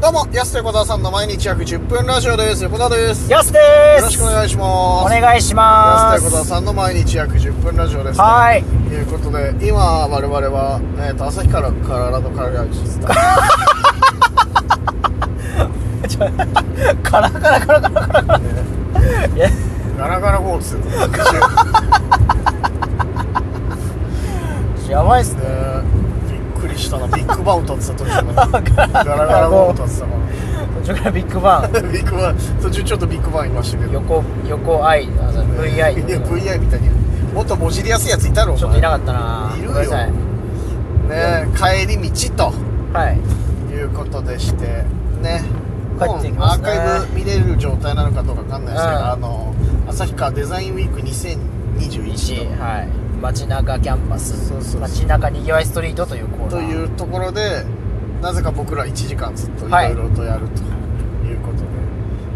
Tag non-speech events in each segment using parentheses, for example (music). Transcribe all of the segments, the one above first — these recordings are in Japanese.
どうも、安手小沢さんの毎日約10分ラジオです。横田です。よやすですろしくお願いします。お願いし安ま手小沢すさんの毎日約10分ラジオです。はいということで、今、我々は、えっと、旭川からのカラー (laughs) です。カラカラカラカラカラいやガラガラホールス。やばいっすねびっくりしたな。ビッグバン歌ってた時 (laughs) だなガラガラホール歌ってたか途中からビッグバら。ビッグバン、途中ちょっとビッグバンいましたけンど。横横 I あの VI いや、VI みたいに。もっともじりやすいやついたろ、お前ちょっといなかったないいるよごめんなさいねえ帰り道と。はいいうことでしてね帰もってきうまアすーねカイブ見れる状態なのかどうかわかんないですけど、うんあの旭川デザインウィーク一2021はい街中キャンパスそうそうそう街中にぎわいストリートというコーナーというところでなぜか僕ら1時間ずっといろいろとやるということ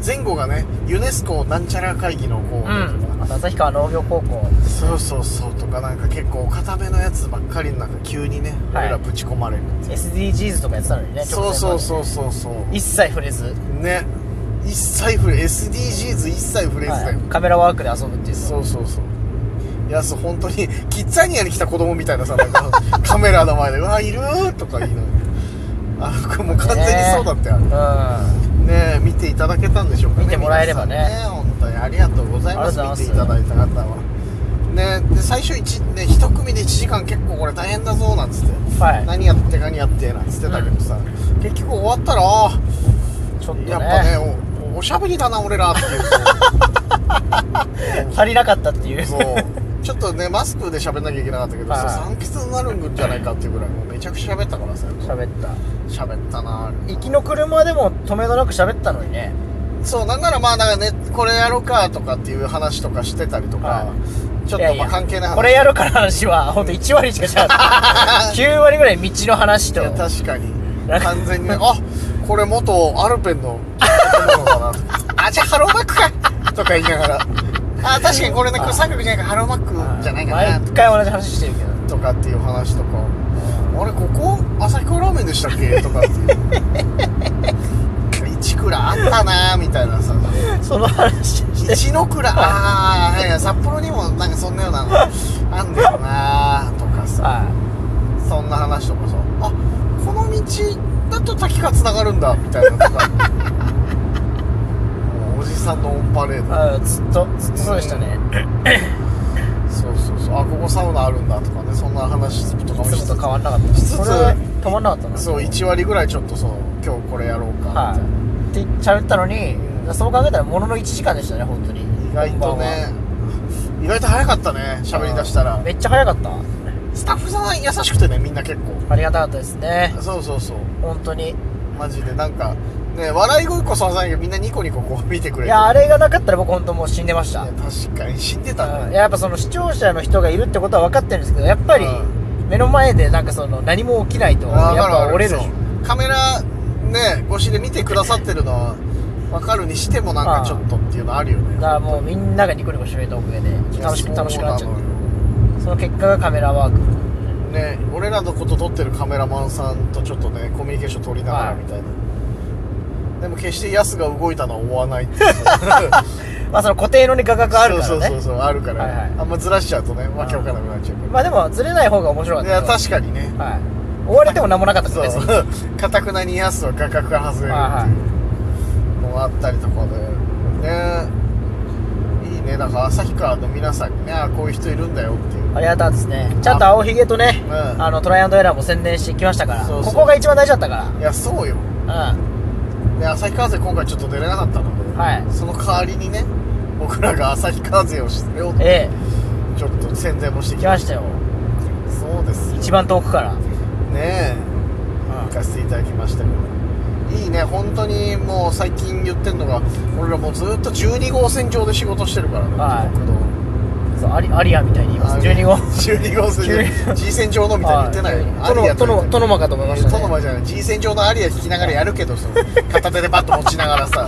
で、前後がねユネスコなんちゃら会議のこう、うん旭川農業高校そうそうそうとかなんか結構固めのやつばっかりなんか急にね、はい俺らぶち込まれるっていう SDGs とかやってたのにねそうそうそううそうそう一切触れずね一切触れ SDGs 一切触れずだよ、はいカメラワークで遊ぶっていうそうそうそういやそう本当にキッザニアに来た子供みたいなさなんか (laughs) カメラの前で「うわいる!」とか言いながらあこれもう完全にそうだってあれねうんえ見ていただけたんでしょうかね見てもらえればね皆さん本当にありがとうございますありがとうございます見ていただいた方はねえで最初一ね、一組で1時間結構これ大変だぞなんつって、はい何やって何やってなんつってたけどさ、結局終わったらあーちょっとねやっぱねおおしゃべりだな俺らっていう足りなかったっていうそうちょっとねマスクで喋んなきゃいけなかったけどはいさ酸欠になるんじゃないかっていうぐらいもうめちゃくちゃ喋ったからさ喋った喋ったな行きの車でも止めどなく喋ったのにねそうなんならまあなんかねこれやろうかとかっていう話とかしてたりとか、はちょっいやといまやあ関係ない話これやるから話は本当1割しかしな (laughs) かった9割ぐらい道の話いとや確か (laughs) になんか完全にねあこれ元アルペンの建物だな (laughs) あじゃあハローマックかとか言いながらあ確かにこれねこれ三角じゃないからハローマックじゃないかな毎回同じ話してるけどとかっていう話とかあれここ旭川ラーメンでしたっけとかっていう一蔵あったなみたいなさその話して一の蔵ああいやいや札幌にもなんかそんなようなのあんだよなとかさはそんな話とかさあこの道だと滝がつながるんだみたいなとかもうおじさんのオンパレーいドあずっとずっとそうでしたねそうそうそうあここサウナあるんだとかねそんな話とかもいしつつもとつ変わんなかったしつつそれは止まんなかったなそう1割ぐらいちょっとそう今日これやろうかみたいなはいって喋ったのにうんそう考えたらものの1時間でしたね本当に意外とね意外と早かったね喋り出したらめっちゃ早かったスタッフさん優しくてねみんな結構ありがたかったですねそうそうそう本当にマジでなんかね笑い声こそはさないけどみんなニコニコこう見てくれていいやあれがなかったら僕本当もう死んでましたや確かに死んでたうだんんよやっぱその視聴者の人がいるってことは分かってるんですけどやっぱりう目の前でなんかその何も起きないとあーやっわかぱる折れるそうカメラね越しで見てくださってるのは分かるにしてもなんかちょっとっていうのあるよだねからもうみんながニコニコしてくれたおかげで楽しく楽しくなっちゃっそうなのよてその結果がカメラワークね俺らのこと撮ってるカメラマンさんとちょっとねコミュニケーション取りながらみたいな、でも決してヤスが動いたのは追わないっていうまあその固定のね画 (laughs) 角あるかそうらそうねそうあるから、はいはいあんまずらしちゃうとねわけわからなくなっちゃうかまあでもずれない方が面白かっらいたやです確かにねはい終われても何もなかったですそねう (laughs) かたくなにヤスは画角から外れるっていうのがあったりとかでねいいねだから旭川の皆さんにねあこういう人いるんだよっていうありがたかったですねちゃんと青ひげとねうんあのトライアンドエラーも宣伝してきましたからそうそうここが一番大事だったかいやそうよらうんで旭川勢今回ちょっと出れなかったので、はいその代わりにね僕らが旭川勢をしてようとえちょっと宣伝もしてえき来ままししたよたそうですよ一番遠くからねえ行かせていただきましたけどいいね本当にもう最近言ってんのが俺らもうずっと12号線上で仕事してるからね、はい国道そうアリアリアみたいに言います12号 (laughs) 12号線12 G 線上のみたいに言ってないよトノトノトノマかと思いましたねトノマじゃない G 線上のアリア弾きながらやるけどその片手でバッと持ちながらさ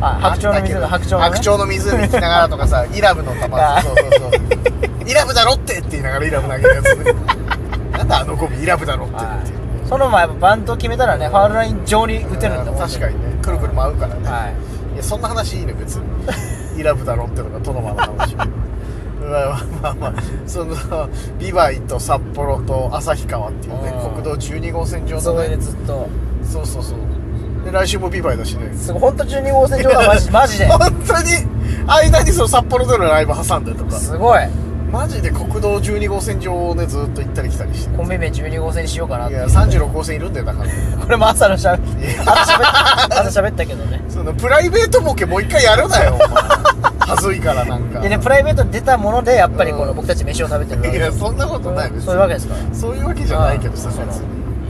あ白鳥の水あだったけ白鳥どのね白鳥の湖行きながらとか (laughs) さイラブの球あそうそう (laughs) そうイラブだろってって言いながらイラブ投げるやつねなんだあのゴミイラブだろってっていうはいその前バントを決めたらねファウルライン上に打てるんだもん、確かにねくるくる回うからね、はいい、やそんな話いいね別にイラブだろってのがトノマの話 (laughs) まあまあまあそのビバイと札幌と旭川っていうねう国ん道12号線上そだれでねずっとそうそうそうで来週もビバイだしねすごい本当12号線上だマジマジ (laughs) で本当に間にその札幌でのライブ挟んでとかすごいマジで国道12号線上をねずっと行ったり来たりしてコンビ名12号線にしようかないっていうや36号線いるんだよだからこれも朝のしゃべいや朝喋った朝喋ったけどねそのプライベートボケもう一回やるな (laughs) よお前はずいからなんかでねプライベートに出たものでやっぱりこうのん僕たち飯を食べてるわけいやそんなことない別にそういうわけですからそういうわけじゃないけどさうんその別に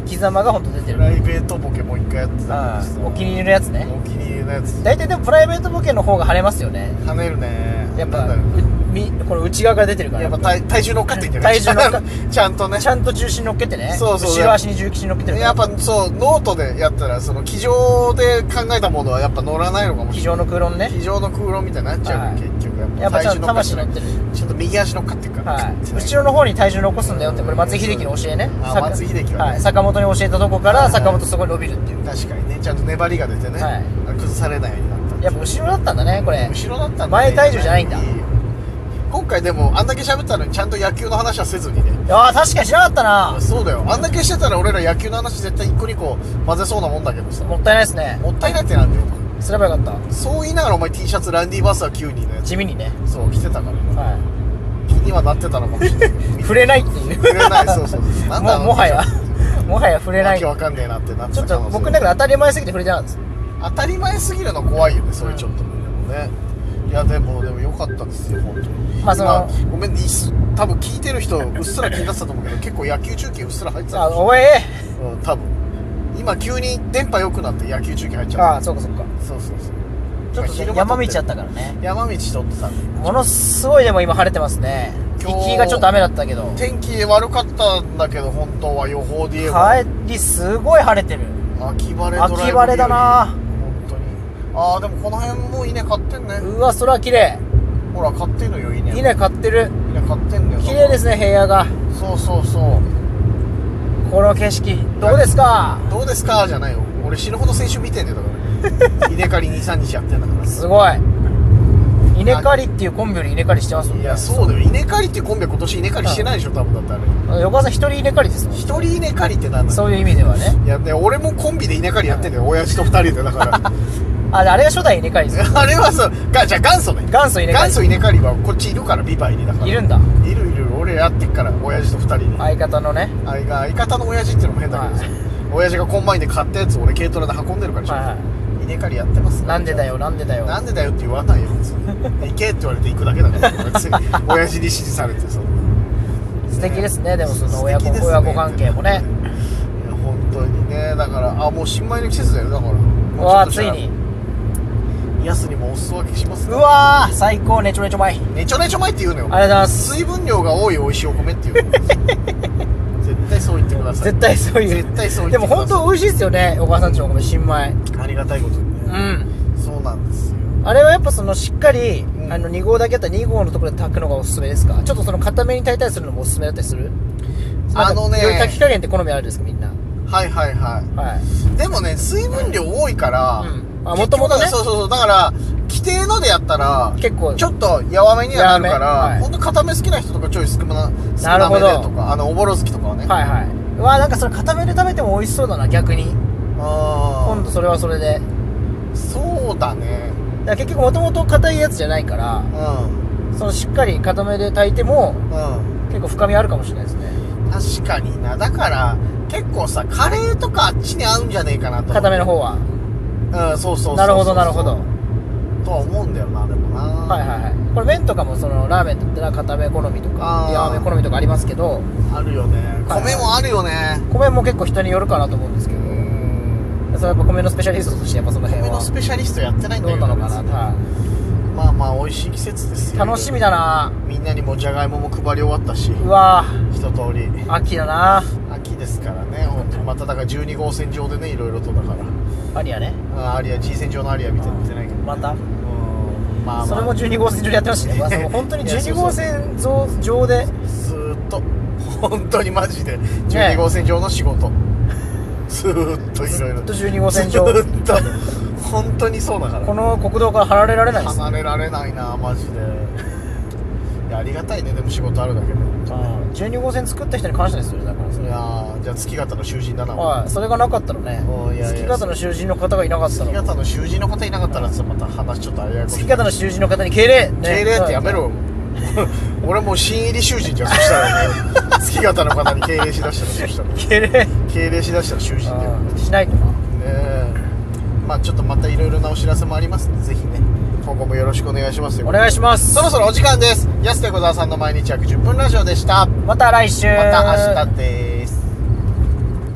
生き様が本当出プてるライベートボケもう一回やってたけどさうんお気に入りのやつねお気に入りのやつ大体でもプライベートボケの方が晴れますよね跳ねるねやっぱなんだろうみこの内側から出てるかうやらっぱ体体重乗っかってんじゃない体重乗っかっ (laughs) ちゃんとねちゃんと重心乗っけてねそうそう後ろ足に重心乗っけてるからやっぱそうノートでやったらその机上で考えたものはやっぱ乗らないのかもし非れな常の空論いね机上の空論みたいになっちゃうねはい結局やっやっぱちゃ体んと重乗魂乗っかっっててるるちょっと右足乗っかってるからはい、ガッて後ろの方に体重残すんだよってこれ松井秀喜の教えねあさ松井秀喜はねはい、坂本に教えたとこかはいはらい坂本すごい伸びるっていう確かにねちゃんと粘りが出てね、はい崩されないようになったやっぱ後ろだったんだねこれ後ろだったんだ、前体重じゃないんだよ今回でもあんだけ喋ったのにちゃんと野球の話はせずにねああ確かにしなかったなそうだよあんだけしてたら俺ら野球の話絶対一個二個混ぜそうなもんだけどさもったいないですねもったいないってなんだよすればよかっそう言いながらお前 T シャツランディバースは9人のやたつ地味にねそう着てたからねは気にはなってたのかもしれない (laughs) い触れないっていう触れないそうそうそうなんだあのももはやもはや触れなわいけわかんねえなってなってちょたっと可能性僕なんか当たり前すぎて触れてなかったです当たり前すぎるの怖いよねそれちょっとねいやでもでも良かったですよ本当にまあその今ごめんねいっす多分聞いてる人うっすら気になってたと思うけど結構野球中継うっすら入ってたあんでおえしょ、うん、多分今急に電波良くなって野球中継入っちゃあっあそうかそうかたそうそうそうちょっと山道やったからね山道撮ってたものすごいでも今晴れてますね今日行きがちょっと雨だったけど天気悪かったんだけど本当は予報で言えば帰りすごい晴れてる秋晴れドライブ秋晴れだな本当にああでもこの辺も稲買ってんねうわ空綺麗ほら買ってんのよ稲稲買ってる稲買ってんだよ綺麗ですね部屋がそうそうそうこの景色どうですかどうですかじゃないよ俺死ぬほど先週見てんだよだ (laughs) から稲刈り23日やってんだからすごい稲刈りっていうコンビより稲刈りしてますもんいねやそうだよ稲刈りっていうコンビは今年稲刈りしてないでしょ多分だってあれ横川さん一人稲刈りですもん一人稲刈りってなんだそういう意味ではねいやで俺もコンビで稲刈りやってんだよ親父と二人でだから (laughs) ああれが初代稲刈りですよあれはそうがじゃあ元祖ね元祖稲刈元祖稲刈りはこっちいるからビバイにだからりいるんだいるいる俺やってっから親父と二人で、相方のねあいが相方の親父っていうのも変だけどさ、は親父がコンバインで買ったやつ俺軽トラで運んでるからちょっと、は稲刈りやってますなんでだよなんでだよなんでだよって言わないよ別 (laughs) に行けって言われて行くだけだから別に親父に指示されてその素敵ですねでもその親子,、素敵ですね親子関係もねいや本当にねだからあもう新米の季節だよだからうもうちょっわーとつしたいらにヤスにもお裾分けしますうわー最高ねちょねちょ前ありねちょねちょ米って言うのよがとうございます水分量が多い美味しいお米っていうの (laughs) 絶対そう言ってください絶対そういう絶対そうで言っもてください本当美味しいですよねお母さんちのお米新米ありがたいことにうね、んそうなんですよあれはやっぱそのしっかり、んあの2号だけあったら2号のところで炊くのがおすすめですかちょっとその固めに炊いたりするのもおすすめだったりするあのねなんかより炊き加減って好みあるんですかみんなはいはいははいいでもね水分量多いから、うんあ結局元々ねそうそうそうだから規定のでやったら結構ちょっとやわめにはなるから、やわめはいほんと固め好きな人とかちょい少な少なるなめほでどとかあのおぼろ好きとかはね、はいはいうわなんかそれ固めで食べても美味しそうだな逆にあ今度それはそれでだかあそうだねら結局もともと硬いやつじゃないからうんそのしっかり固めで炊いてもうん結構深みあるかもしれないですね確かになだから結構さカレーとかあっちに合うんじゃねえかなと固めの方はうんそうそうそうそうなるほどなるほどとは思うんだよなでもなはいはいはいこれ麺とかもそのラーメンだったら固め好みとあかーいやーめ好みとかありますけどあるよねはい米もあるよね米も結構人によるかなと思うんですけどそれはやっぱ米のスペシャリストとしてやっぱその辺米はのスペシャリストやってないんだどけうどなのかなはまあまあ美味しい季節ですいよ楽しみだなみんなにもじゃがいもも配り終わったしうわー一通り秋だな秋ですからね本当にまただから12号線上でねいろいろとだからアリアねあアリア G 線上のアリア見て見てないけどまたうんまあまあそれも12号線上でやって (laughs) ましたね、まあ、その本当にいやそう12そう号線上上でずーっと本当にマジで12号線上の仕事、ずーっといろいろずっと12号線 (laughs) 上ずーっと本当にそうだからこの国道から離れられないです離れられないなマ (laughs) ジでいやありがたいねでも仕事あるだけであー12号線作った人に感謝ですよねだからそいれやーじゃあ月形の囚人だなはいそれがなかったらねおいいやいや月形の囚人の方がいなかった月ら形の囚人の方いなかったらちょっとまた話ちょっとあれやこ月形の囚人の方に敬礼ね敬礼ってやめろ、俺もう新入り囚人じゃんそしたらね月形の方に敬礼しだしたらそしたら敬礼敬礼しだしたら囚人だよねしないとなえまあちょっとまたいろいろなお知らせもありますのでぜひね今後もよろしくお願いしますよお願いしますそろそろお時間です安手小沢さんの毎日約10分ラジオでしたままた来週た明日です